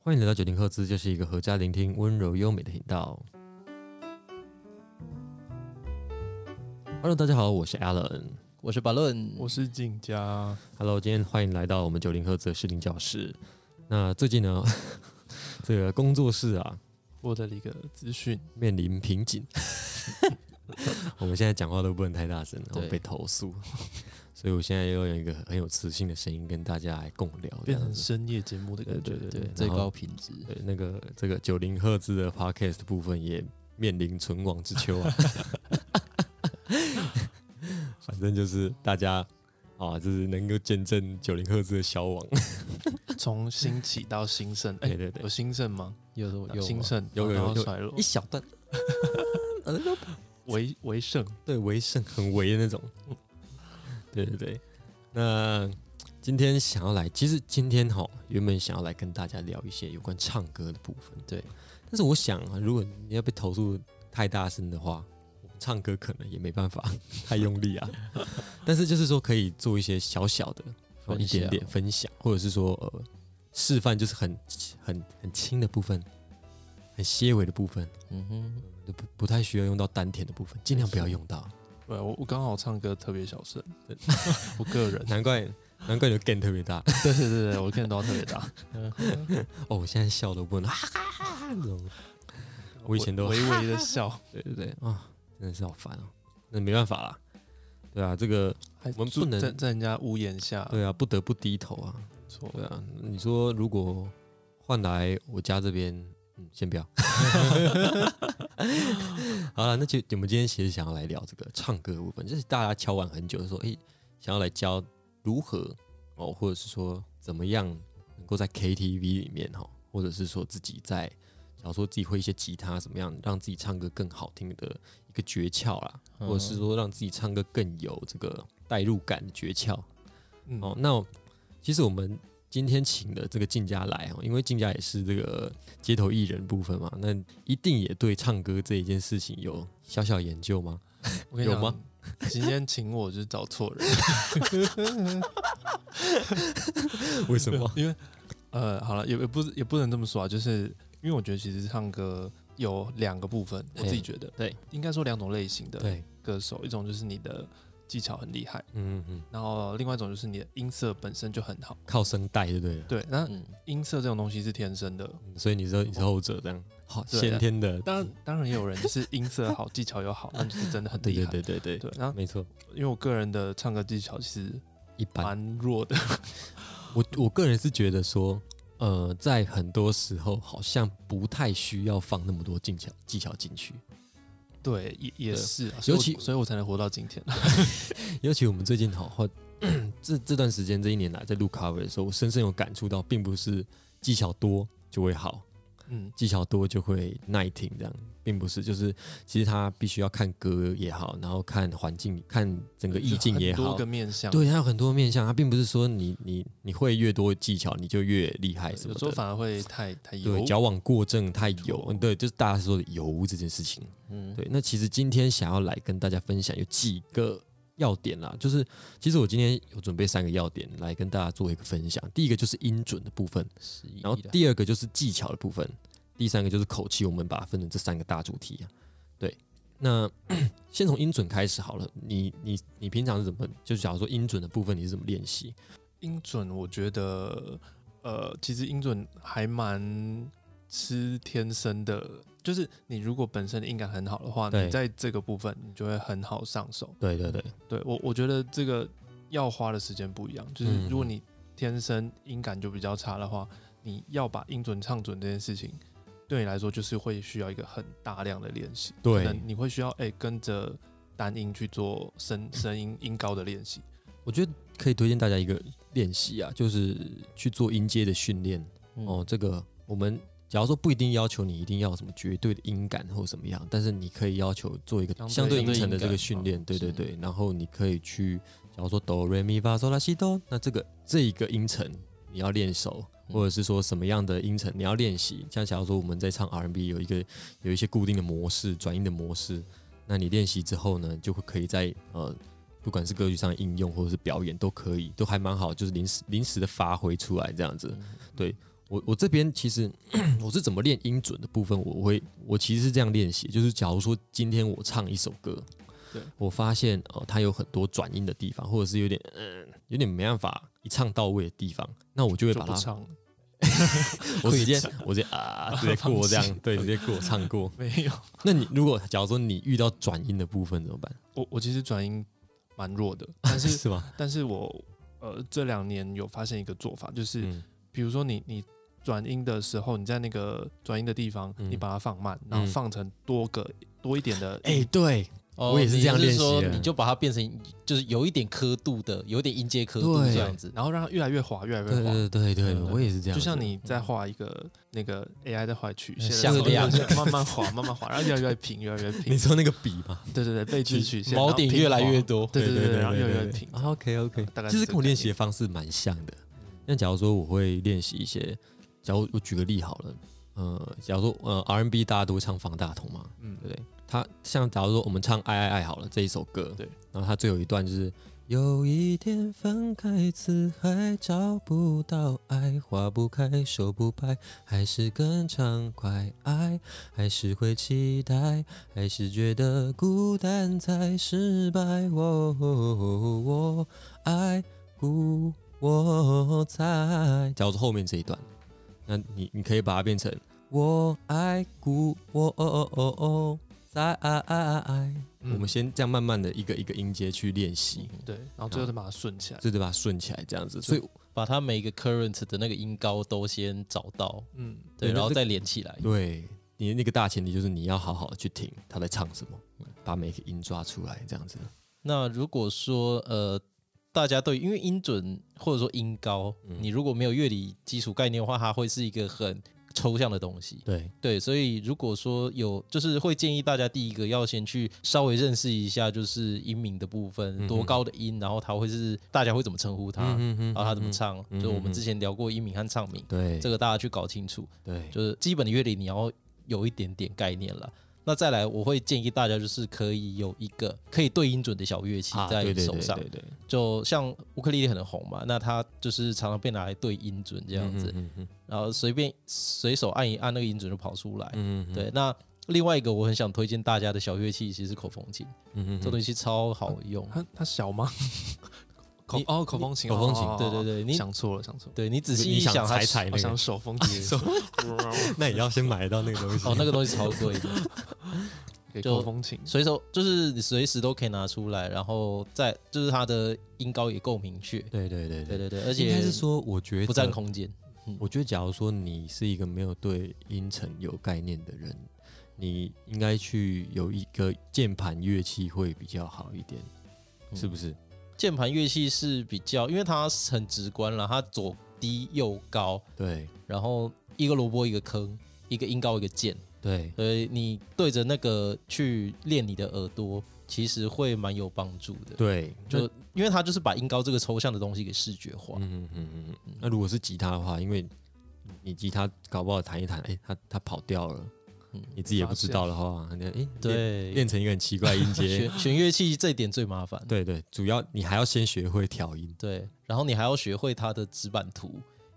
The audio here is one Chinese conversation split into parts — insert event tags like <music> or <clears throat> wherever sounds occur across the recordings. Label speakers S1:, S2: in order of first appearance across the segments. S1: 欢迎来到九零赫兹，这是一个合家聆听、温柔优美的频道。Hello，大家好，我是 Alan。
S2: 我是巴
S1: 嗯
S2: 论，
S3: 我是景佳，
S1: Hello，今天欢迎来到我们九零赫兹的适龄教室。那最近呢， <laughs> 这个工作室啊
S3: 获得了一个资讯，
S1: 面临瓶颈，我们现在讲话都不能太大声，然后
S2: 对
S1: 被投诉，所以我现在要用一个很有磁性的声音跟大家来共聊，这
S3: 变
S1: 样
S3: 成
S1: 子。
S3: 深夜节目的感觉。
S1: 对对对对
S2: 最
S1: 然后
S2: 高品质。
S1: 对，那个这个九零赫兹的 podcast 部分也面临存亡之秋啊。反正就是大家啊，就是能够见证九零赫兹的消亡。
S3: 从兴起到兴
S1: <laughs>
S3: 盛，哎、
S1: 对对对
S3: 有兴盛吗？
S2: 有有啊有
S3: 兴盛，
S1: 有有
S3: 然后
S1: 有
S3: 衰落
S2: 一，小段，
S3: 为为盛，
S1: 对，为胜很为的那种。 <laughs> 对对对，那今天想要来，其实今天哈原本想要来跟大家聊一些有关唱歌的部分，
S2: 对。
S1: 但是我想啊，如果你要被投诉太大声的话，我们唱歌可能也没办法 <laughs> 太用力啊。但是就是说，可以做一些小小的、哦
S2: 分
S1: 一点
S2: 享
S1: 点分享，或者是说呃示范，就是很很很轻的部分，很些微的部分，
S2: 嗯哼，
S1: 就不不太需要用到丹田的部分，尽量不要
S3: 没错
S1: 用到。
S3: 对我我刚好唱歌特别小声，
S1: <laughs>
S3: 我个人，
S1: 难怪难怪你的 gain 特别大
S3: 对对对对，我个人都特别
S1: <laughs>
S3: 大，
S1: 哦！我现在笑都不能，哈哈哈哈那种。我以前都
S3: 微微的
S1: <laughs>
S3: 笑，
S1: 对对对啊，真的是好烦哦。那没办法啦，对啊，这个
S3: 还
S1: 我们
S3: 住
S1: 不能
S3: 在在人家屋檐下，
S1: 对啊，不得不低头啊。
S3: 没错，
S1: 对啊，你说如果换来我家这边，嗯，先不要。 <laughs> 好了，那就我们今天其实想要来聊这个唱歌的部分，就是大家敲完很久，就说诶，想要来教如何哦，或者是说怎么样能够在 KTV 里面哈，或者是说自己在，假如说自己会一些吉他，怎么样让自己唱歌更好听的一个诀窍啦，或者是说让自己唱歌更有这个代入感的诀窍。
S3: 嗯，
S1: 哦，那其实我们今天请的这个静佳来哦，因为静佳也是这个街头艺人部分嘛，那一定也对唱歌这一件事情有小小研究吗？
S3: 我跟你讲
S1: 有吗？
S3: 今天请我就是找错人，
S1: <laughs> 为什么？
S3: 因为呃，好了，也也不是也不能这么说啊，就是因为我觉得其实唱歌有两个部分，我自己
S1: 嗯
S3: 觉得，
S1: 对，
S3: 应该说两种类型的
S1: <laughs> 对，
S3: 歌手，一种就是你的技巧很厉害，
S1: 嗯嗯嗯，
S3: 然后另外一种就是你的音色本身就很好。
S1: 靠声带就对了。
S3: 对，那
S2: 嗯，
S3: 音色这种东西是天生的，
S1: 嗯所以你说你是后者这样，好，
S3: 对啊
S1: 先天的，
S3: 当然当然也有人就是音色好，技巧又好，那就是真的很
S1: 啊对
S3: 厉
S1: 对
S3: 害。
S1: 对对对，啊
S3: 对然后
S1: 没错，
S3: 因为我个人的唱歌技巧其实
S1: 一般。
S3: 蛮弱
S1: <laughs>
S3: 的，
S1: 我我个人是觉得说，呃，在很多时候好像不太需要放那么多技巧技巧进去，
S3: 对，也也
S1: 对
S3: 是啊，所以我
S1: 尤其
S3: 所以我才能活到
S1: <laughs>
S3: 今天。
S1: 尤其我们最近好或 <clears throat> 这这段时间这一年来在录 cover 的时候，我深深有感触到，并不是技巧多就会好，
S3: 嗯，
S1: 技巧多就会耐听这样，并不是，就是其实他必须要看歌也好，然后看环境、看整个意境也
S3: 就很
S1: 好
S3: 多个，面向。
S1: 对，它有很多面向，它并不是说你你你会越多技巧你就越厉害什么
S3: 有时候
S1: 的。
S3: 反而会太太油
S1: 对，。矫枉过正太油
S3: 错，
S1: 对，就是大家说的油这件事情。
S2: 嗯，
S1: 对，那其实今天想要来跟大家分享有几个要点啦，就是其实我今天有准备三个要点来跟大家做一个分享。第一个就是音准的部分，
S2: 十一
S1: 然后
S2: 的
S1: 第二个就是技巧的部分，第三个就是口气，我们把它分成这三个大主题啊。对，那 <coughs> 先从音准开始好了。你你你平常是怎么？就是假如说音准的部分，你是怎么练习？
S3: 音准，我觉得，呃，其实音准还蛮吃天生的，就是你如果本身的音感很好的话，
S1: 对
S3: 你在这个部分你就会很好上手。
S1: 对对对，
S3: 对我，我觉得这个要花的时间不一样，就是
S1: 嗯
S3: 如果你天生音感就比较差的话，你要把音准唱准这件事情，对你来说就是会需要一个很大量的练习。
S1: 对
S3: 可能你会需要哎、跟着单音去做声声音音高的练习。
S1: 我觉得可以推荐大家一个练习啊，就是去做音阶的训练。
S2: 嗯
S1: 哦，，这个我们假如说不一定要求你一定要有什么绝对的音感或怎么样，但是你可以要求做一个相
S3: 相
S1: 对
S3: 对
S1: 音哦程的这个
S3: 相
S1: 训
S3: 对
S1: 练，对对
S2: 是
S1: 对，然后你可以去，假如说哆瑞咪发嗦拉西哆，那这个这一个音程你要练熟。
S2: 嗯
S1: 或者是说什么样的音程你要练习，像假如说我们在唱 R&B 有一个有一些固定的模式，转音的模式，那你练习之后呢，就会可以在呃，不管是歌曲上的应用或者是表演都可以，都还蛮好，就是临时临时的发挥出来这样子。
S2: 嗯
S1: 对，我我这边其实我是怎么练音准的部分，我会我其实是这样练习，就是假如说今天我唱一首歌，
S3: 对
S1: 我发现哦、呃它有很多转音的地方，或者是有点嗯、有点没办法一唱到位的地方，那我就会
S3: 就
S1: 把
S3: 不
S1: 它
S3: 唱了，
S1: 我直接
S3: 会
S1: 我直接啊
S3: <laughs>
S1: 直接过这样，对，直接过唱过。
S3: 没有。 <laughs>
S1: 那你如果假如说你遇到转音的部分怎么办？
S3: 我我其实转音蛮弱的，但是
S1: <laughs> 是吗？
S3: 但是我呃这两年有发现一个做法，就是
S1: 嗯
S3: 比如说你你转音的时候，你在那个转音的地方，
S1: 嗯
S3: 你把它放慢，然后
S1: 嗯
S3: 放成多个多一点的音，
S1: 哎，对，
S2: 哦
S1: 我也是
S2: 你
S1: 这样
S2: 就
S1: 练习
S2: 说
S1: 的
S2: 你就把它变成就是有一点刻度的，有一点音阶刻度
S1: 对
S2: 这样子。
S3: 然后让它越来越滑，越来
S1: 对
S3: 越滑。
S1: 对对对，
S2: 嗯
S1: 我也是这样
S3: 就
S1: 子。
S3: 像你在画一个那个 AI 在画曲线的时
S2: 像
S3: 候，
S2: 这样
S3: 就是慢慢滑，慢慢滑，然后越来越平，越来越
S1: 你
S3: 平。
S1: 说那个笔
S3: <laughs>
S1: 吗？
S3: 对对对，被锯
S1: <laughs>
S3: 曲线，
S2: 锚点越来越
S3: 多。
S2: 多，
S3: 对对对，
S1: 对
S3: 然后越来越
S1: 对
S3: 平。
S1: OK OK，
S3: 大概
S1: 其
S3: 是
S1: 实
S3: 这
S1: 跟我
S3: 个
S1: 练
S3: 概
S1: 习的方式蛮像的。那假如说我会练习一些，假如我举个例好了，呃，假如说呃 R&B 大家都会唱方大同嘛，
S3: 嗯
S1: 对不对？他像假如说我们唱《爱爱爱》好了这一首歌，
S3: 对，
S1: 然后它最后一段就是有一天分开，此海找不到爱，花不开，手不拍，还是更畅快，爱还是会期待，还是觉得孤单才失败，哦，我爱故我在。假如说后面这一段，那你你可以把它变成我爱故我哦哦哦哦在爱爱爱爱。
S3: 嗯
S1: 啊我们先这样慢慢的一个一个音阶去练习，
S3: 对，然后最后再把它顺起来。
S1: 这对吧？顺起来这样子，所以
S2: 把它每一个 current 的那个音高都先找到，
S3: 嗯，
S2: 对，
S1: 对
S2: 然后
S1: 那
S2: 再连起来。
S1: 对你的那个大前提就是你要好好的去听他在唱什么，把每个音抓出来这样子。
S2: 那如果说呃，大家对因为音准或者说音高，
S1: 嗯
S2: 你如果没有乐理基础概念的话，它会是一个很抽象的东西。
S1: 对，
S2: 对，所以如果说有，就是会建议大家第一个要先去稍微认识一下，就是音名的部
S1: 嗯
S2: 分，多
S1: 嗯
S2: 高的音，然后它会是大家会怎么称呼它，
S1: 嗯嗯
S2: 然后它怎么，
S1: 嗯
S2: 唱，
S1: 嗯
S2: 就我们
S1: 嗯
S2: 之前聊过音名和唱名，
S1: 对，
S2: 这个大家去搞清楚。
S1: 对，
S2: 就是基本的乐理你要有一点点概念了。那再来，我会建议大家就是可以有一个可以对音准的小乐器
S1: 啊
S2: 在
S1: 对对
S2: 手
S1: 对
S2: 上，
S1: 对对，
S2: 就像乌克丽丽很红嘛，那它就是常常被拿来对音准这
S1: 这
S2: 样子，
S1: 嗯嗯
S2: 然后随便随手按一按那个音准就跑出来。
S1: 嗯嗯，
S2: 哎对，那另外一个我很想推荐大家的小乐器其实是口风琴，
S1: 嗯嗯
S2: 这东西超好用。
S3: 它它小吗？口
S2: 你
S3: 哦， <laughs> 口风琴，
S1: 口风琴
S3: 哦
S2: 对对对你
S3: 想错了，想错了，
S2: 对你仔
S1: 仔
S2: 细
S1: 细
S2: 一
S1: 想
S2: 它
S1: 踩踩
S3: 我
S1: 那
S3: 想
S1: 个，
S3: 手风
S1: <laughs>
S3: 琴，手
S1: 那也要先买到那个东西
S2: <laughs> 哦，那个东西超贵的。
S3: <laughs>
S2: <laughs>
S3: 给
S2: 就
S3: 口风琴，
S2: 随手就是你随时都可以拿出来，然后再就是它的音高也够明确，
S1: 对对对
S2: 对
S1: 对，
S2: 对对，而
S1: 应
S2: 且
S1: 该是说，我觉得
S2: 不占空间，
S1: 我觉得，假如说你是一个没有对音程有概念的人，你应该去有一个键盘乐器会比较好一点，是不
S2: 是？
S1: 是？
S2: 键盘乐器是比较，因为它很直观啦，它左低右高，
S1: 对
S2: 然后一个萝卜一个坑，一个音高一个键，
S1: 对，
S2: 所以你对着那个去练你的耳朵，其实会蛮有帮助的。
S1: 对，
S2: 就
S1: 那
S2: 因为它就是把音高这个抽象的东西给视觉化，
S1: 嗯嗯嗯嗯。那如果是吉他的话，因为你吉他搞不好弹一弹，哎、它它跑掉了，
S2: 嗯
S1: 你自己也不知道的话，你哎、诶练
S2: 对，
S1: 练成一个很奇怪的音 <laughs> 阶。
S2: 弦弦乐器这一点最麻烦。
S1: 对对，主要你还要先学会调音。
S2: 对，然后你还要学会它的指板图，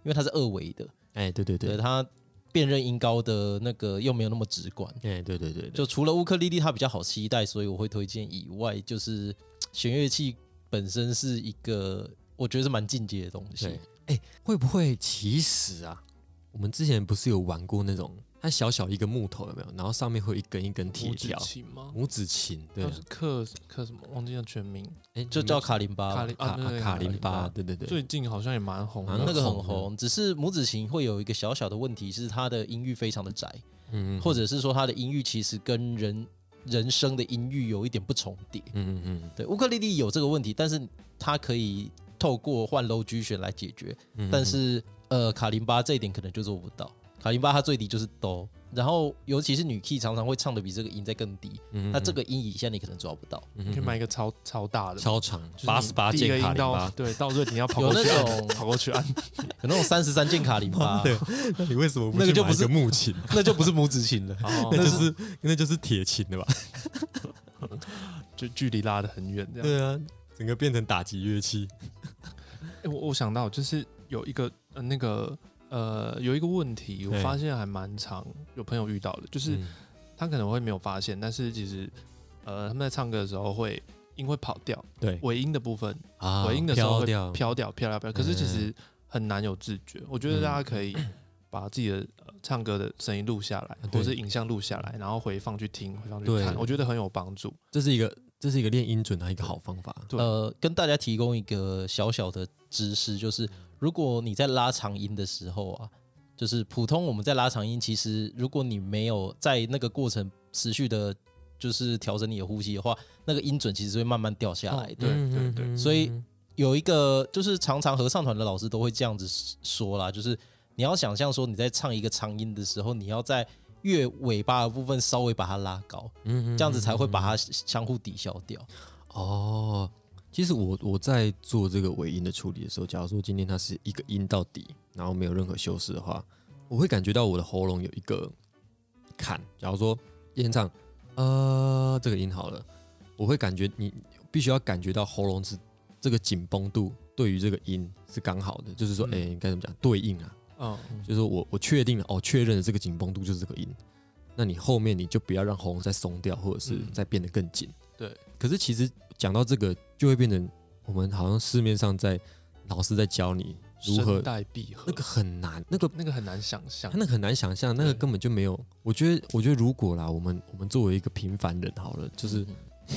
S2: 因为它是二维的，
S1: 哎、对对
S2: 对
S1: 对，
S2: 它辨认音高的那个又没有那么直观。
S1: 哎、对对对对，
S2: 就除了乌克丽丽它比较好期待，所以我会推荐以外，就是弦乐器本身是一个我觉得是蛮进阶的东
S1: 对
S2: 西。，
S1: 哎、会不会其实啊，我们之前不是有玩过那种，它小小一个木头有没有？然后上面会有一根一根铁
S3: 拇指
S1: 条，
S3: 琴吗？
S1: 拇指琴，对
S3: 它
S1: 啊，
S3: 是克克什么？忘记了全名。
S1: 哎、
S2: 就
S1: 你们
S2: 叫卡林巴
S3: 卡
S2: 吧，
S3: 林
S1: 卡
S3: 啊，对对对
S1: 卡
S3: 卡
S1: 林
S3: 林巴
S1: 巴，对对对，
S3: 最近好像也蛮红的
S1: 好，像
S2: 那个很
S1: 红的
S2: 红，只是拇指琴会有一个小小的问题，是它的音域非常的窄，
S1: 嗯嗯
S2: 或者是说它的音域其实跟人人声的音域有一点不重叠。
S1: 嗯嗯嗯
S2: 对，乌克丽丽有这个问题，但是它可以透过换 low G 弦来解决。
S1: 嗯，
S2: 但
S1: 嗯
S2: 是呃，卡林巴这一点可能就做不到。卡林巴它最低就是哆，然后尤其是女 key 常常会唱的比这个音再更低，
S1: 嗯嗯
S2: 那这个音以下你可能抓不到。
S1: 嗯
S3: 你可以买一个超超大的，
S1: 超长
S3: 就是你
S1: 八十八
S3: 第一个
S1: 键卡
S3: 音啊
S1: 林
S3: 到
S1: 巴，
S3: 对，到瑞
S1: <laughs>
S3: 你要跑
S2: 有
S3: 过去
S2: 那
S3: 按
S2: 种
S3: 跑过去按，
S2: 有那种三十三键卡林 <laughs> 巴，哦
S1: 那你为什么
S2: 那个就不是
S1: 木琴？
S2: 那就不是拇指琴了。
S3: 然
S1: 哦
S3: 后
S1: 那就是那就是铁琴的吧？
S3: 就距离拉得很远这样。
S1: 对啊，整个变成打击乐器。
S3: 欸我我想到就是有一个呃那个呃，有一个问题，我
S1: 对
S3: 发现还蛮常有朋友遇到的，就是
S1: 嗯
S3: 他可能会没有发现，但是其实呃他们在唱歌的时候会音会跑调，
S1: 对
S3: 尾音的部分
S1: 啊
S3: 尾音的时候
S1: 飘
S3: 会
S1: 掉
S3: 飘掉飘掉飘，可是其实很难有自觉。我觉得大家可以把自己的呃唱歌的声音录下来，或
S1: 对
S3: 是影像录下来，然后回放去听，回放去
S1: 对
S3: 看，我觉得很有帮助。
S1: 这是一个这是一个练音准的一个好方法。
S3: 对
S2: 呃，跟大家提供一个小小的知识，就是如果你在拉长音的时候啊，就是普通我们在拉长音，其实如果你没有在那个过程持续的，就是调整你的呼吸的话，那个音准其实会慢慢掉下
S1: 嗯
S2: 来的。
S3: 对对对
S2: 所以有一个就是常常合唱团的老师都会这样子说啦，就是你要想象说你在唱一个长音的时候，你要在越尾巴的部分稍微把它拉高，
S1: 嗯嗯嗯
S2: 这样子才会把它相互抵消掉。
S1: 哦，其实我我在做这个尾音的处理的时候，假如说今天它是一个音到底，然后没有任何修饰的话，我会感觉到我的喉咙有一个坎。假如说今天唱呃这个音好了，我会感觉你必须要感觉到喉咙是这个紧绷度对于这个音是刚好的，就是说，哎、
S3: 嗯
S1: 该怎么讲对应啊？
S3: 嗯，
S1: 就是说我我确定了哦，确认了这个紧绷度就是这个音，那你后面你就不要让喉咙再松掉，或者是
S3: 嗯
S1: 再变得更紧。
S3: 对。
S1: 可是其实讲到这个，就会变成我们好像市面上在老师在教你如何
S3: 声，带闭合
S1: 那个很难，那个
S3: 那个很难想象
S1: 他。那个很难想象，那个
S3: 对
S1: 根本就没有。我觉得，我觉得如果啦，我们我们作为一个平凡人好了，就是
S2: 嗯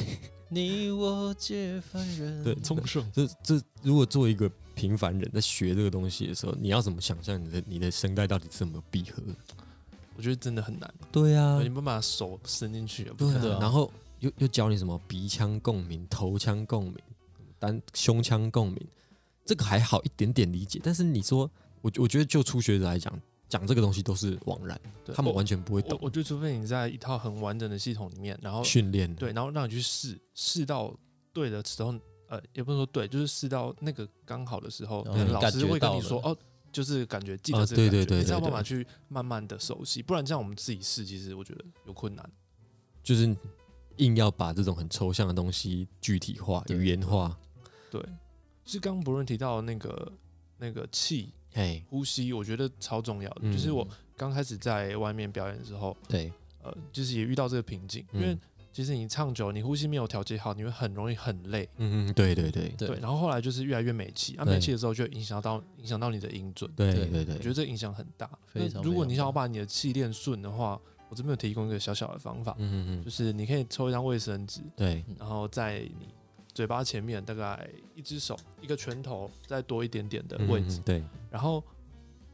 S2: 你我皆凡人。
S1: 对
S3: 冲绳
S1: 这这如果作为一个平凡人在学这个东西的时候，你要怎么想象你的你的声带到底是怎么闭合？
S3: 我觉得真的很难，
S1: 对啊
S3: 你不能把手伸进去，不
S1: 对
S3: 可
S1: 啊，
S3: 能。
S2: 啊
S1: 然后又又教你什么鼻腔共鸣、头腔共鸣、单胸腔共鸣，这个还好一点点理解。但是你说，我我觉得就初学者来讲，讲这个东西都是枉然，
S3: 对
S1: 他们
S3: 我
S1: 完全不会
S3: 我
S1: 懂
S3: 我觉得，除非你在一套很完整的系统里面，然后
S1: 训练。
S3: 对，，然后让你去试，试到对的时候，呃，也不能说对，就是试到那个刚好的时
S1: 哦
S3: 候，
S2: 嗯
S3: 老
S2: 感
S3: 师
S2: 觉
S3: 会跟
S2: 到
S3: 你说，
S2: 了
S3: 哦，就是感觉记
S1: 啊
S3: 得这个感觉，
S1: 对对对
S3: 你才有
S1: 对
S3: 办法
S1: 对
S3: 去慢慢的熟悉，不然像我们自己试，其实我觉得有困难。
S1: 就是硬要把这种很抽象的东西具体化、
S3: 对
S1: 语言化。
S3: 对，就是刚刚博润提到那个那个气
S1: 哎，
S3: 呼吸，我觉得超重要的，
S1: 嗯
S3: 就是我刚开始在外面表演的时候，
S1: 对，
S3: 呃，就是也遇到这个瓶颈，因为
S1: 嗯
S3: 其实你唱久，了，你呼吸没有调节好，你会很容易很累。
S1: 嗯嗯，对对对
S2: 对
S3: <laughs> 对，然后后来就是越来越美气，啊，
S1: 对
S3: 美气的时候就影响到影响到你的音准，
S1: 对对
S2: 对
S1: 对
S3: 我觉得这影响很大。
S2: 非
S3: 那
S2: 常
S3: 如果
S2: 非常
S3: 你想要
S2: 大
S3: 把你的气练顺的话，我这边有提供一个小小的方法，
S1: 嗯嗯嗯，
S3: 就是你可以抽一张卫生纸，
S1: 对，
S3: 然后在你嘴巴前面大概一只手一个拳头再多一点点的
S1: 嗯
S3: 位
S1: 嗯
S3: 置，
S1: 对，
S3: 然后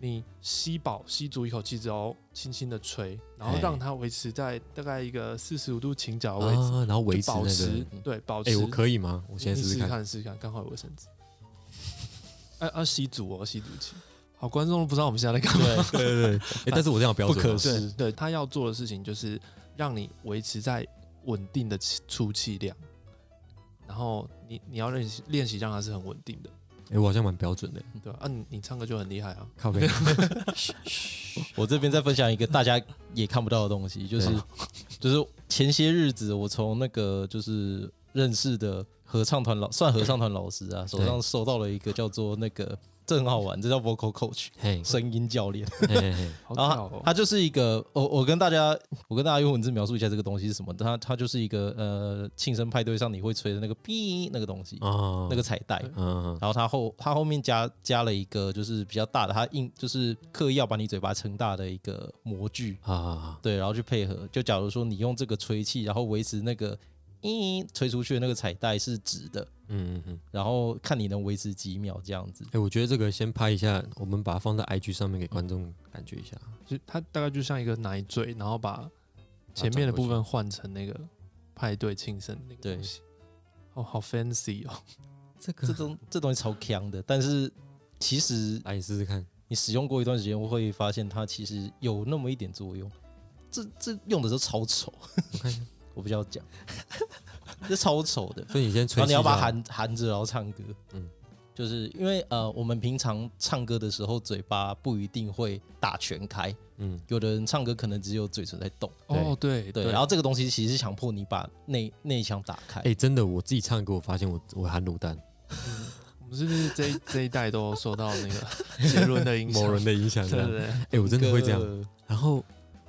S3: 你吸饱吸足一口气之后，轻轻的吹，然后
S1: 哎
S3: 让它维持在大概一个四十五度倾角的位置，
S1: 啊，然后维
S3: 就
S1: 持
S3: 保
S1: 那
S3: 持
S1: 个，
S3: 对保持。
S1: 哎，我可以吗？我
S3: 你
S1: 现在
S3: 你
S1: 试
S3: 试
S1: 试 <laughs> 看。
S3: 看，试试看，刚好有卫生纸。 <laughs> 啊啊，吸足哦，吸足气。好，观众都不知道我们现在在干嘛。
S2: 对，
S1: 对对对，哎，但是我这样有标准
S2: 不可
S1: 吗
S2: 思
S3: 对
S2: 是
S3: 对，他要做的事情就是让你维持在稳定的气出气量，然后你你要练习练习让它是很稳定的，
S1: 哎、我好像蛮标准的，
S3: 对吧？啊，你你唱歌就很厉害啊，
S1: 靠 <laughs> 背。
S2: 我这边再分享一个大家也看不到的东西，就是
S1: 对
S2: 就是前些日子我从那个就是认识的合唱团老算合唱团老师啊，手上收到了一个叫做那个这很好玩，这叫 vocal coach
S1: 嘿，
S2: 声音教练，
S1: 嘿嘿嘿
S3: 好
S2: 然
S3: 屌
S2: 后
S3: 哦
S2: 他他就是一个我我跟大家我跟大家用文字描述一下这个东西是什么，他他就是一个呃庆生派对上你会吹的那个哔那个东
S1: <laughs>
S2: 西，
S1: 哦，
S2: 那个彩带。
S1: 嗯，嗯，
S2: 然后他后他后面加加了一个就是比较大的，他硬就是刻意要把你嘴巴撑大的一个模具，
S1: 啊啊，
S2: 对，然后去配合。就假如说你用这个吹气，然后维持那个咦吹出去的那个彩带是直的，
S1: 嗯嗯嗯，
S2: 然后看你能维持几秒这样子
S1: 哎、。我觉得这个先拍一下，我们把它放在 IG 上面给观众感觉一下。
S3: 就他大概就像一个奶嘴，然后把前面的部分换成那个派对庆生那个东西，哦，好 fancy 哦，
S1: 这个
S2: 这东这东西超强的，但是其实
S1: 来，你试试看。
S2: 你使用过一段时间，会发现它其实有那么一点作用。这这用的时候超丑，
S1: 我看一下，
S2: 我不要讲，这超丑的。
S1: 所以你先吹
S2: 然后
S1: 气就好，
S2: 你要把它含含着，然后唱歌。
S1: 嗯
S2: 嗯，就是因为呃，我们平常唱歌的时候，嘴巴不一定会打全开，
S1: 嗯，
S2: 有的人唱歌可能只有嘴唇在动。
S3: 哦，对
S2: 对，然后这个东西其实是强迫你把内内腔打开。
S1: 哎哎、真的，我自己唱歌，我发现我我含卤蛋，
S3: 我们是不是这一这一代都受到那
S1: <laughs>
S3: 个杰伦的影
S1: <laughs>
S3: 响？
S1: 某人的影
S2: <laughs>
S1: 响这
S3: 对
S1: 样
S3: 对。对，
S1: 哎、我真的会这样。
S2: 哥
S1: 然后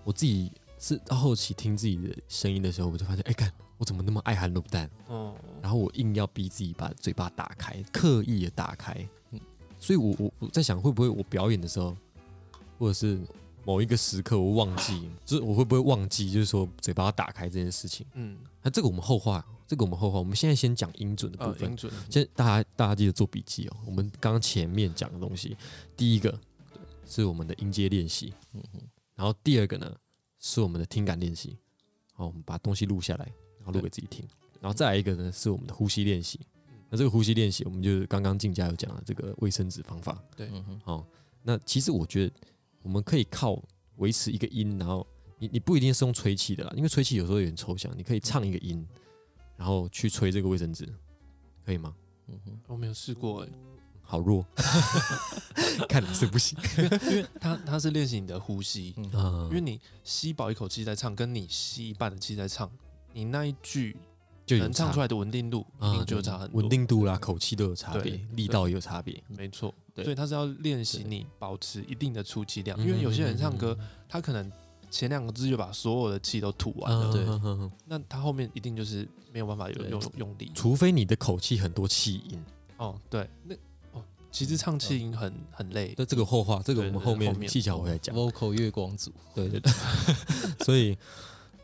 S1: 我自己是到后期听自己的声音的时候，我就发现，哎、看我怎么那么爱含卤蛋？
S3: 哦，
S1: 然后我硬要逼自己把嘴巴打开，刻意的打开
S2: 嗯。
S1: 所以我我我在想，会不会我表演的时候，或者是某一个时刻，我忘记， <coughs> 就是我会不会忘记，就是说嘴巴要打开这件事情？
S3: 嗯，
S1: 那、这个我们后话，这个我们后话，我们现在先讲音准的部
S3: 呃，
S1: 分
S3: 音。准，
S1: 先大家大家记得做笔记哦。我们刚刚前面讲的东西，第一个是我们的音阶练习，
S2: 嗯哼
S1: 然后第二个呢是我们的听感练习。好，我们把东西录下来，然后录给自己听。然后再来一个呢是我们的呼吸练习。那这个呼吸练习，我们就是刚刚静佳有讲的这个卫生纸方法。
S2: 嗯哼，
S1: 好，那其实我觉得我们可以靠维持一个音，然后你你不一定是用吹气的啦，因为吹气有时候有点抽象。你可以唱一个音，然后去吹这个卫生纸，可以吗？
S2: 嗯哼，
S3: 我没有试过哎，
S1: 好弱，看你是不行。
S3: 因为它它是练习你的呼吸，
S2: 嗯
S1: 嗯
S3: 因为你吸饱一口气在唱，跟你吸一半的气在唱，你那一句
S1: 就有
S3: 能唱出
S1: 来，
S3: 来的稳定度一
S1: 嗯，
S3: 定就有差很多，
S1: 稳，定度啦、口气都有差
S3: 对
S1: 别
S3: 对，
S1: 力道也有差别。
S3: 没错，
S1: 对嗯
S3: 所以它是要练习你保持一定的出气量，因为有些人唱歌，他可能前两个字就把所有的气都吐完了，
S1: 嗯，
S2: 对
S1: 嗯嗯嗯嗯
S3: 那他后面一定就是没有办法有
S2: 对
S3: 用用力。
S1: 除非你的口气很多气音。
S3: 哦，对，那哦，其实唱
S1: 嗯
S3: 气音很很累，
S1: 那这个后话，这个我
S3: 对
S1: 们
S3: 对
S1: 后
S3: 后
S1: 面
S3: 面
S1: 技巧我会再讲。
S2: vocal 月光族，
S1: 对对对，所以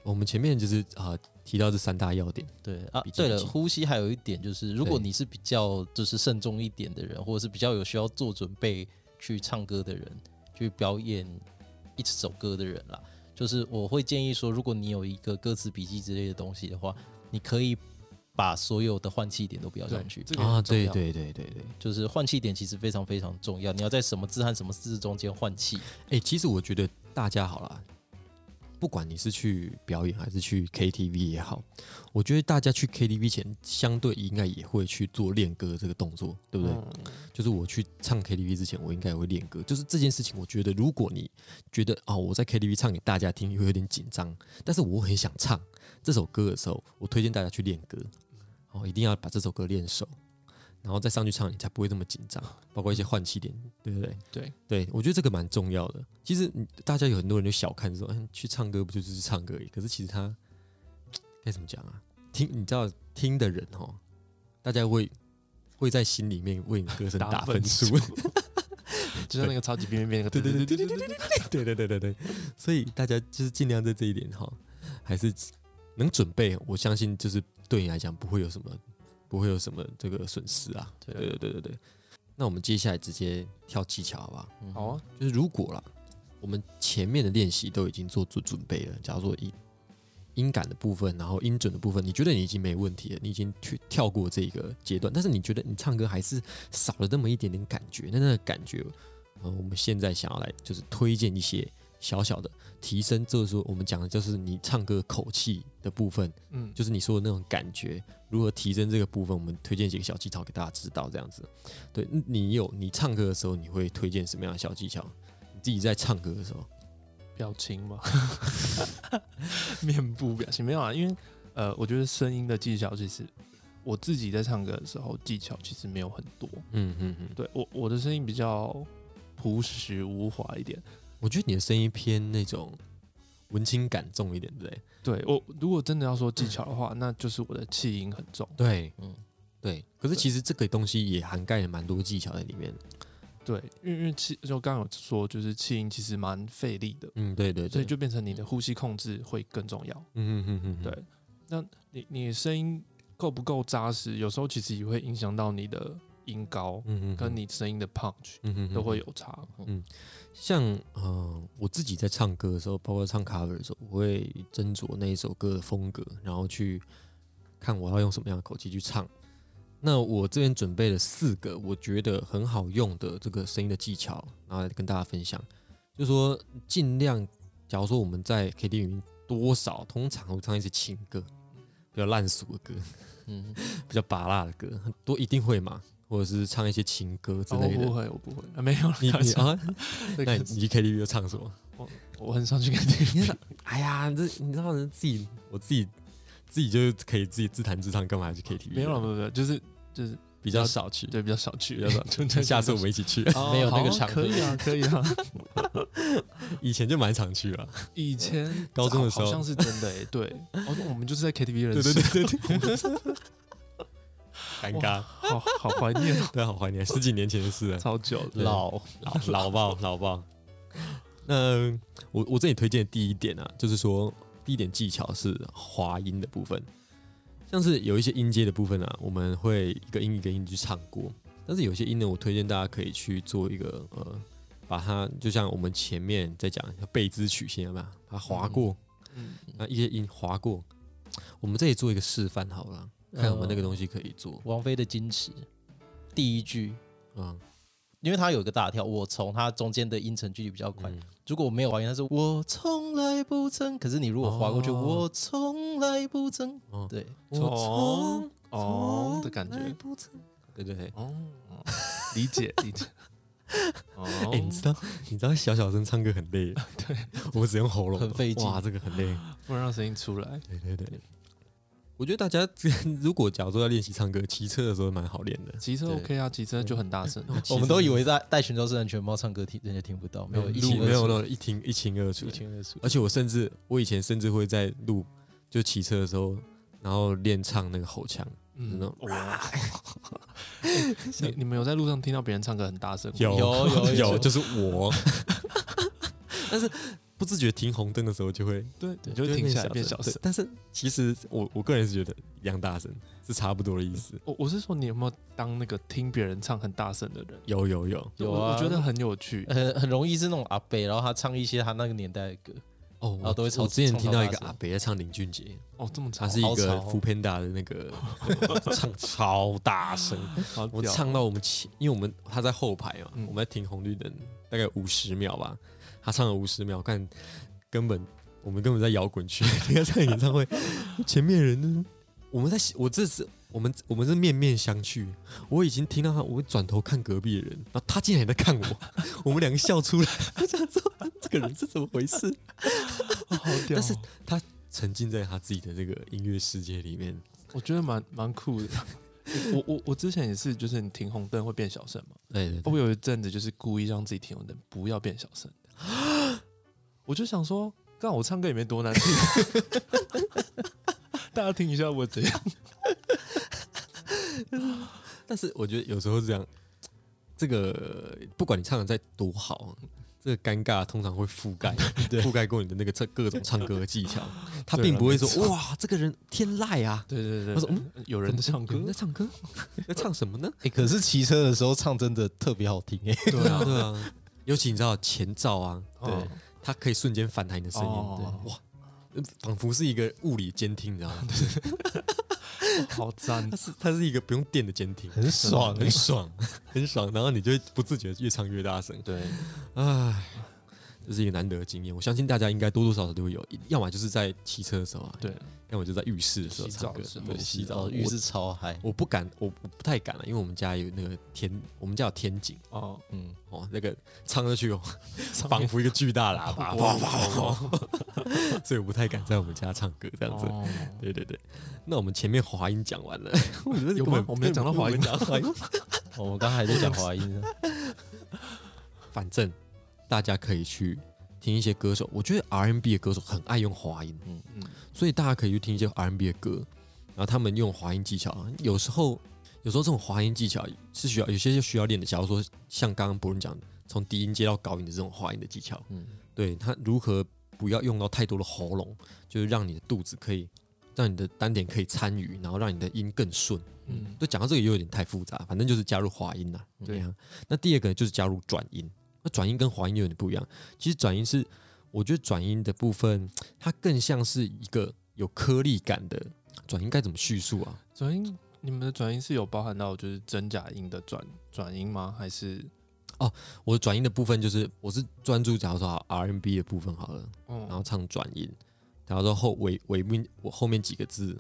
S1: 我们前面就是啊提到这三大要点，
S2: 对啊
S1: 笔，记
S2: 对
S1: 笔
S2: 了，
S1: 记
S2: 呼吸还有一点就是，如果
S1: 对
S2: 你是比较就是慎重一点的人，或者是比较有需要做准备去唱歌的人，去表演一首歌的人啦，就是我会建议说，如果你有一个歌词笔记之类的东西的话，你可以把所有的换气点都标
S3: 对
S2: 上去，
S3: 这个
S1: 啊，
S3: 很重
S1: 对
S3: 要，
S1: 对对对对。
S2: 就是换气点其实非常非常重要，你要在什么字和什么字中间换气，
S1: 哎，其实我觉得大家好啦，不管你是去表演还是去 KTV 也好，我觉得大家去 KTV 前，相对应该也会去做练歌这个动作，对不对？
S3: 嗯
S1: 就是我去唱 KTV 之前，我应该也会练歌。就是这件事情，我觉得如果你觉得哦，我在 KTV 唱给大家听会有点紧张，但是我很想唱这首歌的时候，我推荐大家去练歌，哦，一定要把这首歌练熟，然后再上去唱，你才不会这么紧张。包括一些换气点，对不对？
S3: 对，，
S1: 对，我觉得这个蛮重要的。其实嗯大家有很多人就小看说，嗯，去唱歌不就是去唱歌而已？可是其实他该怎么讲啊？听，你知道听的人哦，大家会会在心里面为你歌声打分数。
S3: <laughs> 就像那个超级变变变那个，
S1: <laughs> 对对对对对对对对对对对对，所以大家就是尽量在这一点哈，还是能准备，我相信就是对你来讲不会有什么不会有什么这个损失啊。对
S2: 对
S1: 对对对对。那我们接下来直接跳技巧好不好？
S2: 嗯
S3: <laughs> 好啊，
S1: 就是如果啦，我们前面的练习都已经做做准备了，假如说音音感的部分，然后音准的部分，你觉得你已经没问题了，你已经去跳过这一个阶段，但是你觉得你唱歌还是少了那么一点点感觉，那那个感觉，呃，我们现在想要来就是推荐一些小小的提升，就是说我们讲的就是你唱歌口气的部分，
S3: 嗯，
S1: 就是你说的那种感觉，如何提升这个部分，我们推荐几个小技巧给大家知道，这样子。对嗯你有你唱歌的时候，你会推荐什么样的小技巧？你自己在唱歌的时候，
S3: 表情嘛， <laughs> 面部表情没有啊，因为呃，我觉得声音的技巧其实我自己在唱歌的时候技巧其实没有很多，
S1: 嗯嗯嗯，
S3: 对我我的声音比较朴实无华一点。
S1: 我觉得你的声音偏那种文青感重一点，对不对？
S3: 对我如果真的要说
S1: 嗯
S3: 技巧的话，那就是我的气音很重。
S1: 对，嗯
S2: 嗯，
S1: 对。可是
S3: 对
S1: 其实这个东西也涵盖了蛮多技巧在里面。
S3: 对，因为因为气就刚刚有说，就是气音其实蛮费力的，
S1: 嗯，对对
S3: 所
S1: 对，
S3: 以就变成你的呼吸控制会更重要。
S1: 嗯嗯嗯嗯，
S3: 对你你的声音够不够扎实，有时候其实也会影响到你的音高
S1: 嗯嗯，
S3: 跟你声音的 punch
S1: 嗯嗯
S3: 都会
S1: 有。
S3: 有差。哦
S1: 像呃，我自己在唱歌的时候，包括唱 cover 的时候，我会斟酌那一首歌的风格，然后去看我要用什么样的口气去唱。那我这边准备了四个我觉得很好用的这个声音的技巧，然后来跟大家分享。就说尽量，假如说我们在 KTV 里面多少，通常会唱一些情歌，比较烂俗的歌，
S2: 嗯哼，
S1: 比较拔辣的歌，很多一定会嘛，或者是唱一些情歌之
S3: 哦我
S1: 类的。
S3: 不会，我不会，啊、没有啦
S1: 你
S3: <laughs> 开玩
S1: 你
S3: 笑
S1: 啊，
S3: 这
S1: 那
S3: 个
S1: 你
S3: 是
S1: 你去 KTV 又唱什么？
S3: 我很少去看电
S1: 你
S3: 影
S1: 知道，哎呀，这你知道自己，我自己自己就是可以自己自弹自唱，干嘛还去 KTV？
S3: 没有啦
S1: 了，
S3: 没有没有，就是就是
S1: 比较少去，
S3: 对，比较少去，
S1: 嗯比较少
S3: 对，对
S1: 下次我们一起去，
S3: 哦
S2: 没有那个
S3: 好
S2: 场
S3: 可以啊，可以
S1: <laughs>
S3: 啊。
S1: 以前就蛮常去了。
S3: 以前
S1: 高中的时候
S3: 好像是真的哎，对，哦，我们就是在 KTV 认
S1: 对
S3: 识
S1: 对
S3: 的，
S1: 对对对，
S3: <laughs>
S1: 尴尬，
S3: 好好怀念
S1: <laughs>
S3: 哦，
S1: 对，好怀念，十几年前的事了，
S3: 超久了。
S2: 老
S1: 老 <laughs> 老爆老爆。那我我这里推荐的第一点啊，就是说第一点技巧是滑音的部分，像是有一些音阶的部分啊，我们会一个音一个音去唱过，但是有些音呢，我推荐大家可以去做一个呃，把它就像我们前面在讲背姿曲线嘛，把它划过，
S3: 嗯
S1: 那、一些音划过，我们这里做一个示范好了，看我们那个东西可以做，
S2: 王菲的矜持，第一句，
S1: 嗯，
S2: 因为它有一个大跳，我从它中间的音程距离比较快。
S1: 嗯
S2: 如果我没有还原，它是我从来不曾。可是你如果划过去，
S1: 哦
S2: 我从来不曾。
S1: 哦
S2: 对，
S3: 从哦的感觉，
S1: 哎对对对。
S3: 哦，理
S1: <laughs>
S3: 解理解。哦，
S1: 哎、你知道， <laughs> 你知道小小声唱歌很累，
S3: 对
S1: 我只用喉咙，
S2: 很费劲
S1: 哇，这个很累。
S3: 不能让声音出来。
S1: 对对对，我觉得大家 <laughs> 如果假如说要练习唱歌，骑车的时候蛮好练的。
S3: 骑车
S2: 对
S3: OK 啊，骑车就很大声。
S1: 哎骑
S2: 我们
S1: 车
S2: 都以为在戴全罩式安全帽唱歌听人家听不到，没有一
S1: 路
S2: 清
S1: 没有
S2: 二
S1: 那种一听一清二楚
S2: 楚，一，清二楚。
S1: 而且我甚至我以前甚至会在路就骑车的时候，然后练唱那个吼腔，
S3: 嗯
S1: 那种 <laughs>
S3: 哇！哎你你们有在路上听到别人唱歌很大声吗？
S1: 有
S2: 有有
S1: 有，
S2: 有
S1: 就是我。 <laughs> 但是不自觉停红灯的时候就会
S3: 对，
S1: 对
S3: 你就会停下来变小
S1: 声
S3: 声
S1: 对。但是其实我我个人是觉得一样大声是差不多的意思。
S3: 我我是说，你有没有当那个听别人唱很大声的人？
S1: 有有有
S2: 有
S3: 我
S2: 啊
S3: 我觉得很有趣。
S2: 很很容易是那种阿伯，然后他唱一些他那个年代的歌，
S1: 哦
S2: 啊都会
S1: 我
S2: 唱
S1: 我之前
S2: 唱
S1: 听到
S2: 到大
S1: 一个
S2: 声
S1: 阿伯在唱林俊杰，
S3: 哦，这么吵
S1: 他，是一个
S2: 好吵
S1: f o o Panda 的那个呃唱超大声，
S3: 好
S1: 我
S3: 屌
S1: 唱到我们前，因为我们他在后排嘛，
S3: 嗯
S1: 我们在停红绿灯，大概五十秒吧，他唱了五十秒，看根本我们根本在摇滚区， <laughs> 那个唱演唱会，前面人呢，我们在我这是我们我们是面面相觑，我已经听到他，我转头看隔壁的人，然后他竟然也在看我，我们两个笑出来，我想说这个人是怎么回事？
S3: 哦好屌。
S1: 但是沉浸在他自己的这个音乐世界里面，
S3: 我觉得蛮蛮酷的。 <laughs> 我我我之前也是，就是你停红灯会变小声嘛。
S1: 对对
S3: 我有一阵子就是故意让自己停红灯，不要变小声。 <gasps> 我就想说，刚我唱歌也没多难听， <laughs> 大家听一下我怎样。
S1: 但是我觉得有时候是这样，这个不管你唱的再多好，这个尴尬通常会覆
S3: <laughs>
S1: 盖覆盖过你的那个这各种唱歌的技巧。他并不会
S3: 对啊
S1: 说哇，这个人天籁啊，
S3: 对对对，
S1: 我说
S3: 嗯，有人唱
S1: 有
S3: 歌
S1: 人在，唱歌，在唱什么呢？
S2: 哎、可是骑车的时候唱真的特别好听哎、
S3: <laughs> 对啊，哦
S1: 对啊， <laughs> 尤其你知道前兆啊，
S3: 对，
S1: 它可以瞬间反弹你的声音，
S3: 哦
S1: 对哇。仿佛是一个物理监听，你知道
S3: <laughs>
S1: 吗？
S3: 好赞
S1: 它，是它是一个不用电的监听，
S2: 很爽
S1: 很爽，嗯 <laughs> 很爽。然后你就会不自觉越唱越大声。
S3: <laughs> 对，
S1: 唉，这是一个难得的经验，我相信大家应该多多少少都会有，要么就是在骑车的时候啊，
S3: 对，
S1: 要么就在浴室的时候
S3: 洗澡
S1: 唱歌，
S3: 的时候
S1: 对，洗澡
S2: 哦
S1: 我
S2: 浴室超嗨，
S1: 我不敢，我我不太敢了，因为我们家有那个天，我们家有天井
S3: 哦，
S2: 嗯，
S1: 哦，那个唱上
S3: <laughs>
S1: 去哦，仿佛一个巨大喇叭，哇哇哇， <laughs> 所以我不太敢在我们家唱歌这样子。
S3: 哦
S1: 对对对，那我们前面华音讲完了，我觉得 <laughs>
S3: 有
S1: 根本
S3: 吗我没有讲到华音
S1: 根本没有讲到华音
S2: 我们刚才还在讲华音呢，
S1: 反正大家可以去听一些歌手，我觉得 R&B 的歌手很爱用华音，
S3: 嗯，
S1: 所以大家可以去听一些 R&B 的歌，然后他们用滑音技巧，啊有时候有时候这种滑音技巧是需要有些是需要练的。假如说像刚刚博伦讲的，从低音接到高音的这种滑音的技巧，
S2: 嗯，
S1: 对他如何不要用到太多的喉咙，就是让你的肚子可以让你的丹田可以参与，然后让你的音更顺。
S3: 嗯
S1: 就讲到这个也有点太复杂，反正就是加入滑音啦。
S3: 对
S1: 啊，那第二个就是加入转音。那转音跟滑音有点不一样，其实转音是我觉得转音的部分，它更像是一个有颗粒感的转音，该怎么叙述啊？
S3: 转音，你们的转音是有包含到就是真假音的转转音吗？还是
S1: 我的转音的部分就是我是专注，假如说 R N B 的部分好了，然
S3: 哦
S1: 后唱转音，然后说后尾尾面我后面几个字，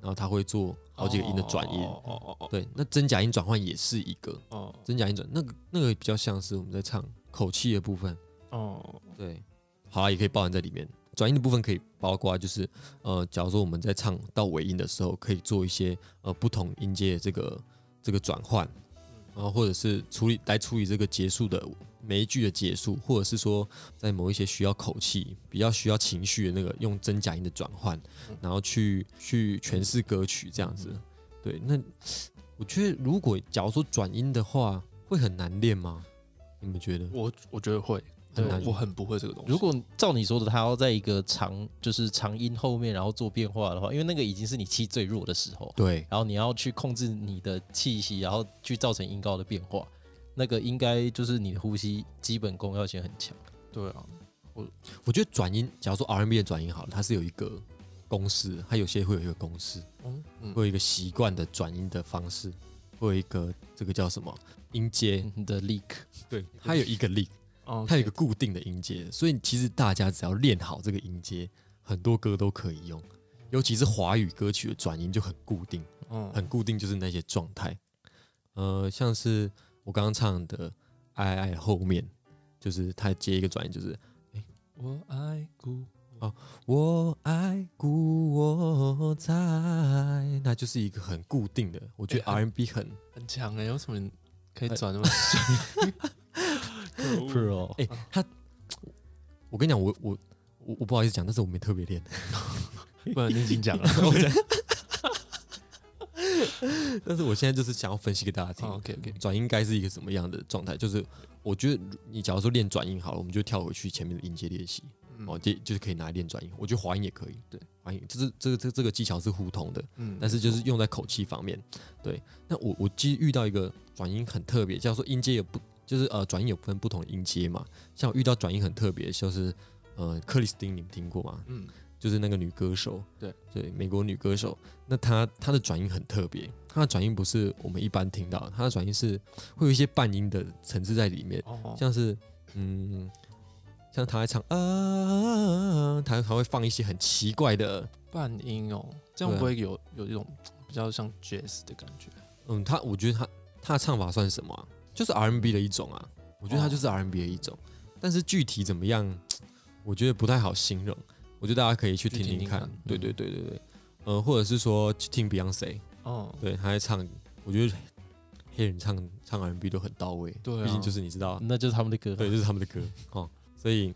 S1: 然后它会做好几个音的转音。
S3: 哦哦哦
S1: 对，那真假音转换也是一个
S3: 哦
S1: 真假音转，那个那个比较像是我们在唱口气的部分。
S3: 哦
S1: 对，好啊啦，也可以包含在里面。转音的部分可以包括就是，呃，假如说我们在唱到尾音的时候，可以做一些呃不同音阶的这个这个转换，然后或者是处理来处理这个结束的呃每一句的结束，或者是说在某一些需要口气、比较需要情绪的那个用真假音的转换，然后去去诠释歌曲这样子。对，那我觉得如果假如说转音的话，会很难练吗？你们觉得？
S3: 我我觉得会，
S1: 很
S3: 我
S1: 难
S3: 我很不会这个东西。
S2: 如果照你说的，他要在一个长就是长音后面，然后做变化的话，因为那个已经是你气最弱的时候，
S1: 对，
S2: 然后你要去控制你的气息，然后去造成音高的变化，那个应该就是你的呼吸基本功要先很强。
S3: 对啊，
S1: 我觉得转音，假如说 R&B 的转音好了，它是有一个公式，它有些会有一个公式，
S3: 嗯嗯
S1: 会有一个习惯的转音的方式，会有一个这个叫什么音阶，
S2: 你的 leak
S1: 对，它有一个 lick，
S3: 哦，
S1: 它有一个固定的音阶，所以其实大家只要练好这个音阶，很多歌都可以用，尤其是华语歌曲的转音就很固定。
S3: 嗯
S1: 很固定，就是那些状态。呃，像是我刚刚唱的《爱爱》后面，就是他接一个转音，就是
S3: 我爱故
S1: “我爱故我在”，那就是一个很固定的。我觉得
S3: 哎
S1: R&B 很嗯
S3: 很强哎、有什么可以转 <laughs> 那么强？可恶
S2: pro，
S1: 哎、他，我跟你讲，我我我我不好意思讲，但是我没特别练。
S3: 不然你已经讲 <laughs> 了。
S1: 但是我现在就是想要分析给大家听，
S3: OK OK，
S1: 转音该是一个什么样的状态？就是我觉得你假如说练转音好了，我们就跳回去前面的音阶练习，
S3: 嗯
S1: 哦，这就是可以拿来练转音。我觉得滑音也可以，对，滑音这是这个这这个技巧是互通的，
S3: 嗯
S1: 但是就是用在口气方面。对，那我我其实遇到一个转音很特别，叫做音阶有不就是呃转音有分不同的音阶嘛，像我遇到转音很特别，就是呃克里斯汀，你们听过吗？
S3: 嗯
S1: 就是那个女歌手，
S3: 对
S1: 对，美国女歌手。那她她的转音很特别，她的转音不是我们一般听到的，她的转音是会有一些半音的层次在里面，
S3: 哦，
S1: 像是嗯，像她在唱啊，她她会放一些很奇怪的，
S3: 半音哦，这样
S1: 对啊
S3: 不会有有一种比较像 jazz 的感觉？
S1: 嗯，她我觉得她她的唱法算什么啊、就是 R&B 的一种啊，我觉得她
S3: 哦
S1: 就是 R&B 的一种，但是具体怎么样，我觉得不太好形容。我觉得大家可以去
S3: 去
S1: 听
S3: 听
S1: 听
S3: 听
S1: 看，
S3: 看嗯
S1: 对对对对对，呃，或者是说去听 Beyonce，
S3: 哦，
S1: 对，他在唱，我觉得黑人唱唱 R&B 都很到位，
S3: 对啊
S1: 毕竟就是你知道，
S2: <laughs> 那就是他们的
S1: <laughs>
S2: 歌。
S1: 对，就是他们的歌哦。所以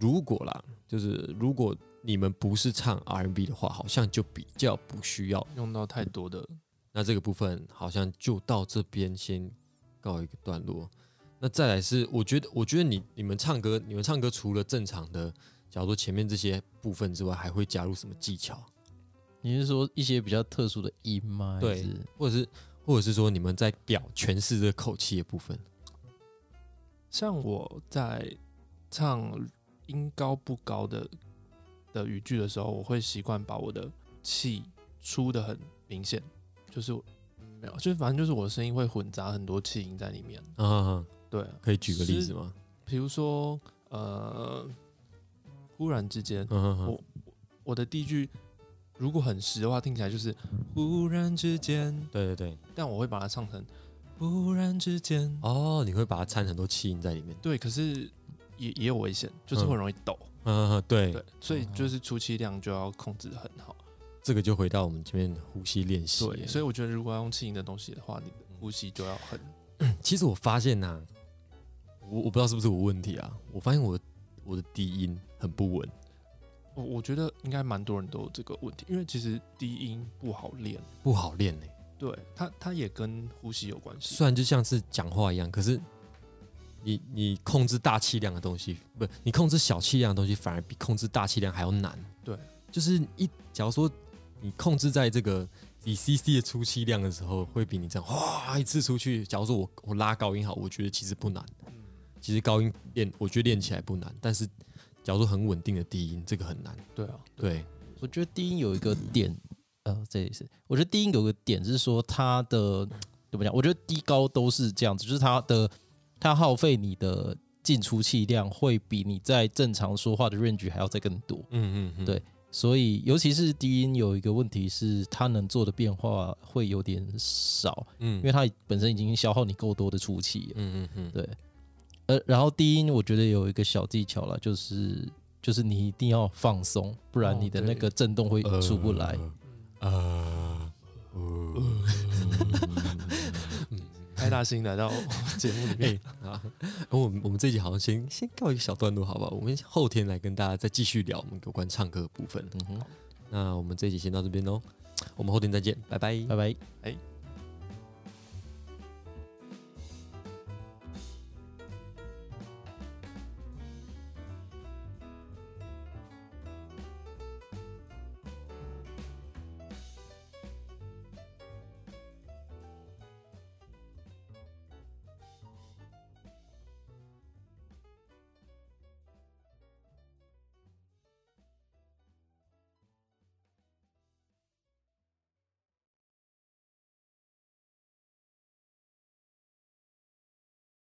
S1: 如果啦，就是如果你们不是唱 R&B 的话，好像就比较不需要。
S3: 用到太多的
S1: 那这个部分好像就到这边先告一个段落。那再来是，我觉得，我觉得你你们唱歌，你们唱歌除了正常的，假如说前面这些部分之外，还会加入什么技巧？
S2: 你是说一些比较特殊的音吗？还
S1: 对
S2: 是
S1: 或者是，或者是说你们在表诠释这个口气的部分？
S3: 像我在唱音高不高的的语句的时候，我会习惯把我的气出的很明显，就是我嗯没有，就是反正就是我的声音会混杂很多气音在里面。
S1: 啊，
S3: 对，
S1: 可以举个例子吗？
S3: 比如说呃，忽然之间，
S1: 嗯哼
S3: 我我的第一句如果很实的话，听起来就是忽然之间，
S1: 对对对，
S3: 但我会把它唱成忽然之间。
S1: 哦，你会把它掺很多气音在里面。
S3: 对，可是也也有危险，就是
S1: 嗯
S3: 会容易抖。
S1: 嗯、哼，对，
S3: 对，嗯所以就是出气量就要控制得很好。
S1: 这个就回到我们前面呼吸练习。
S3: 对，所以我觉得如果要用气音的东西的话，你的呼吸就要很
S1: 其实我发现呐、我我不知道是不是我问题啊，我发现我我的低音很不稳。
S3: 我我觉得应该蛮多人都有这个问题，因为其实低音不好练，
S1: 不好练欸呢、
S3: 对它它也跟呼吸有关系。
S1: 虽然就像是讲话一样，可是你你控制大气量的东西，不，你控制小气量的东西，反而比控制大气量还要难。
S3: 对，
S1: 就是一，假如说你控制在这个你 CC 的出气量的时候，会比你这样哗一次出去，假如说我我拉高音好，我觉得其实不难。其实高音练，我觉得练起来不难，但是假如说很稳定的低音，这个很难。
S3: 对啊，
S1: 对，
S2: 我觉得低音有一个点，呃，这也是我觉得低音有个点是说它的呃怎么讲？我觉得低高都是这样子，就是它的它耗费你的进出气量会比你在正常说话的 range 还要再更多。
S1: 嗯嗯嗯
S2: 对所以，尤其是低音有一个问题是，它能做的变化会有点少，
S1: 嗯
S2: 因为它本身已经消耗你够多的出气了。
S1: 嗯嗯嗯，
S2: 对，呃，然后低音我觉得有一个小技巧啦，就是就是你一定要放松，不然
S3: 哦
S2: 你的那
S3: 对
S2: 个震
S1: 呃 <laughs>
S2: 动会出不来。
S1: 呃，呃，
S3: 开大星来到节目里面，
S1: 啊，我们我们这一集好像先先告一个小段落，好不好？我们后天来跟大家再继续聊我们有关唱歌的部分。
S2: 嗯哼，
S1: 那我们这一集先到这边喽，我们后天再见，拜拜。
S2: 拜拜。
S3: 哎、